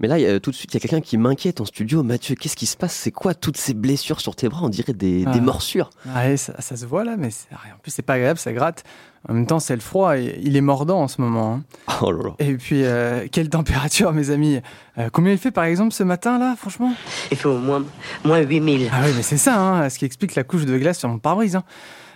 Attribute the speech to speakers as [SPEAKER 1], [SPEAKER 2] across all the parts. [SPEAKER 1] Mais là, il y a- euh, tout de suite, il y a quelqu'un qui m'inquiète en studio. Mathieu, qu'est-ce qui se passe C'est quoi toutes ces blessures sur tes bras On dirait des,
[SPEAKER 2] Ah.
[SPEAKER 1] des morsures.
[SPEAKER 2] Ouais, ça, ça se voit là, mais c'est- en plus c'est pas agréable, ça gratte. En même temps, c'est le froid, et il est mordant en ce moment. hein.
[SPEAKER 1] Oh là là.
[SPEAKER 2] Et puis, euh, quelle température, mes amis Euh, Combien il fait par exemple ce matin là, franchement
[SPEAKER 3] Il fait au moins, moins 8000.
[SPEAKER 2] Ah oui, mais c'est ça, hein, ce qui explique la couche de glace sur mon pare-brise. hein.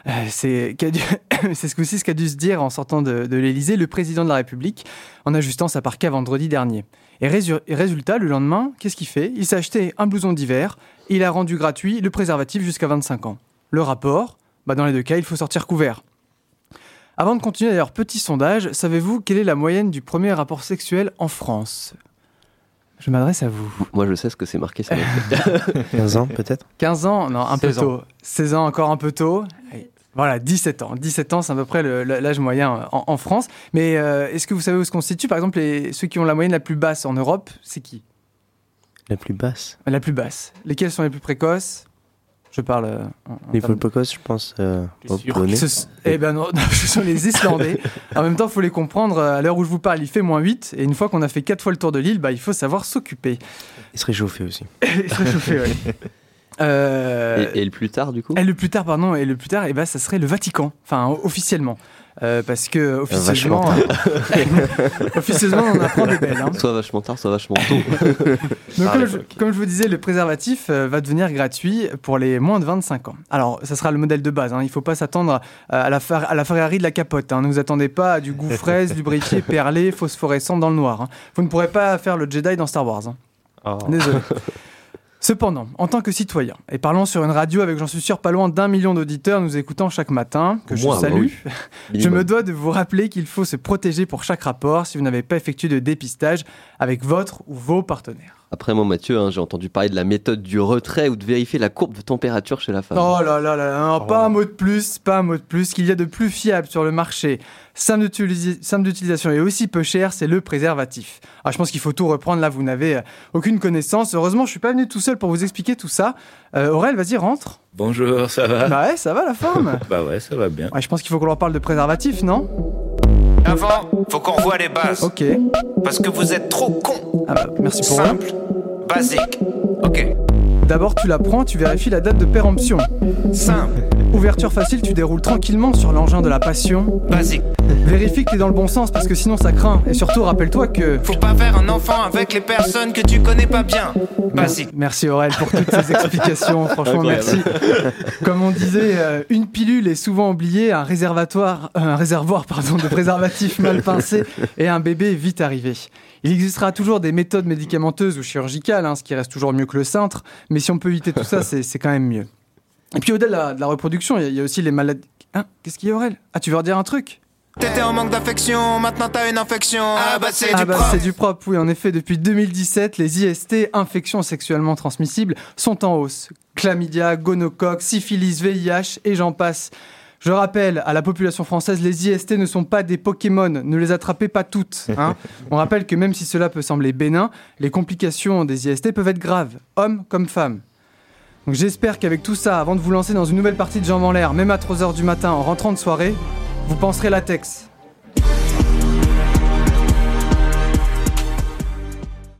[SPEAKER 2] Euh, c'est qu'a dû- c'est ce coup-ci ce qu'a dû se dire en sortant de, de l'Élysée le président de la République en ajustant sa parka vendredi dernier. Et, résu- et résultat, le lendemain, qu'est-ce qu'il fait Il s'est acheté un blouson d'hiver, et il a rendu gratuit le préservatif jusqu'à 25 ans. Le rapport bah Dans les deux cas, il faut sortir couvert. Avant de continuer d'ailleurs, petit sondage, savez-vous quelle est la moyenne du premier rapport sexuel en France Je m'adresse à vous.
[SPEAKER 1] Moi, je sais ce que c'est marqué. Ça m'inquiète.
[SPEAKER 4] 15 ans peut-être
[SPEAKER 2] 15 ans, non, un peu
[SPEAKER 5] 16 ans.
[SPEAKER 2] tôt. 16 ans, encore un peu tôt. Et Voilà, 17 ans. 17 ans, c'est à peu près le- le- l'âge moyen euh, en, en France. Mais euh, est-ce que vous savez où se constitue, par exemple, les, ceux qui ont la moyenne la plus basse en Europe C'est qui
[SPEAKER 4] La plus basse.
[SPEAKER 2] La plus basse. Lesquels sont les plus précoces Je parle. euh, en- en
[SPEAKER 4] Les
[SPEAKER 2] termes de-
[SPEAKER 4] Volpocos, je pense euh,
[SPEAKER 5] T'es
[SPEAKER 4] au
[SPEAKER 5] sûr
[SPEAKER 4] poney.
[SPEAKER 2] Ce s- eh ben non, non, ce sont les Islandais. en même temps, il faut les comprendre. euh, À l'heure où je vous parle, il fait moins 8. Et une fois qu'on a fait 4 fois le tour de l'île, bah, il faut savoir s'occuper.
[SPEAKER 4] Il se réchauffait aussi.
[SPEAKER 2] Et se réchauffer, ouais. Euh,
[SPEAKER 1] Et, et le plus tard, du coup
[SPEAKER 2] Et le plus tard, pardon, et le plus tard, eh ben, ça serait le Vatican, enfin o- officiellement. Euh, parce que officieusement, euh, officieusement, on apprend des belles. hein.
[SPEAKER 1] Soit vachement tard, soit vachement tôt.
[SPEAKER 2] Donc,
[SPEAKER 4] Ah,
[SPEAKER 2] comme, je,
[SPEAKER 4] l'époque.
[SPEAKER 2] comme je vous disais, le préservatif euh, va devenir gratuit pour les moins de 25 ans. Alors, ça sera le modèle de base. hein. Il ne faut pas s'attendre euh, à, la Fer- à la Ferrari de la capote. hein. Ne vous attendez pas à du goût fraise, lubrifié, perlé, phosphorescent dans le noir. hein. Vous ne pourrez pas faire le Jedi dans Star Wars. hein.
[SPEAKER 1] Oh.
[SPEAKER 2] Désolé. Cependant, en tant que citoyen, et parlant sur une radio avec, j'en suis sûr, pas loin d'un million d'auditeurs nous écoutant chaque matin, que je
[SPEAKER 1] Moi, bah
[SPEAKER 2] salue,
[SPEAKER 1] oui.
[SPEAKER 2] je me dois de vous rappeler qu'il faut se protéger pour chaque rapport si vous n'avez pas effectué de dépistage avec votre ou vos partenaires.
[SPEAKER 1] Après, moi, Mathieu, hein, j'ai entendu parler de la méthode du retrait ou de vérifier la courbe de température chez la femme.
[SPEAKER 2] Oh là là là là, non, pas un
[SPEAKER 6] Oh.
[SPEAKER 2] mot de plus, pas un mot de plus, qu'il y a de plus fiable sur le marché, simple d'utilisi- simple d'utilisation et aussi peu cher, c'est le préservatif. Ah, je pense qu'il faut tout reprendre, là vous n'avez euh, aucune connaissance, heureusement je suis pas venu tout seul pour vous expliquer tout ça. Euh, Aurel, vas-y, rentre.
[SPEAKER 7] Bonjour, ça va
[SPEAKER 2] Bah ouais, ça va la forme
[SPEAKER 7] Bah ouais, ça va bien.
[SPEAKER 2] Ouais, je pense qu'il faut qu'on leur parle de préservatif, non
[SPEAKER 6] Avant, faut qu'on revoie les bases.
[SPEAKER 2] Ok.
[SPEAKER 6] Parce que vous êtes trop con.
[SPEAKER 2] Ah bah, merci pour eux.
[SPEAKER 6] Simple, basique. Ok.
[SPEAKER 2] D'abord, tu la prends, tu vérifies la date de péremption.
[SPEAKER 6] Simple,
[SPEAKER 2] Ouverture facile, tu déroules tranquillement sur l'engin de la passion.
[SPEAKER 6] basique.
[SPEAKER 2] Vérifie que t'es dans le bon sens parce que sinon ça craint. Et surtout, rappelle-toi que.
[SPEAKER 6] Faut pas faire un enfant avec les personnes que tu connais pas bien. Basique.
[SPEAKER 2] Merci Aurel pour toutes ces explications, franchement merci. Comme on disait, euh, une pilule est souvent oubliée, un réservatoire, euh, un réservoir pardon, de préservatifs mal pincés et un bébé vite arrivé. Il existera toujours des méthodes médicamenteuses ou chirurgicales, hein, ce qui reste toujours mieux que le cintre, mais si on peut éviter tout ça, c'est c'est quand même mieux. Et puis au-delà de la, de la reproduction, il y a- il y, a aussi les maladies... Hein Qu'est-ce qu'il y a Aurel Ah tu veux redire un truc
[SPEAKER 6] T'étais en manque d'affection, maintenant t'as une infection. Ah bah c'est
[SPEAKER 2] Ah
[SPEAKER 6] du
[SPEAKER 2] bah,
[SPEAKER 6] propre.
[SPEAKER 2] c'est du propre, oui. En effet, depuis 2017, les IST, infections sexuellement transmissibles, sont en hausse. Chlamydia, gonocoque, syphilis, VIH et j'en passe. Je rappelle à la population française, les IST ne sont pas des Pokémon, ne les attrapez pas toutes. hein. On rappelle que même si cela peut sembler bénin, les complications des IST peuvent être graves, hommes comme femmes. Donc j'espère qu'avec tout ça, avant de vous lancer dans une nouvelle partie de Jambes en l'air, même à 3h du matin en rentrant de soirée, vous penserez latex.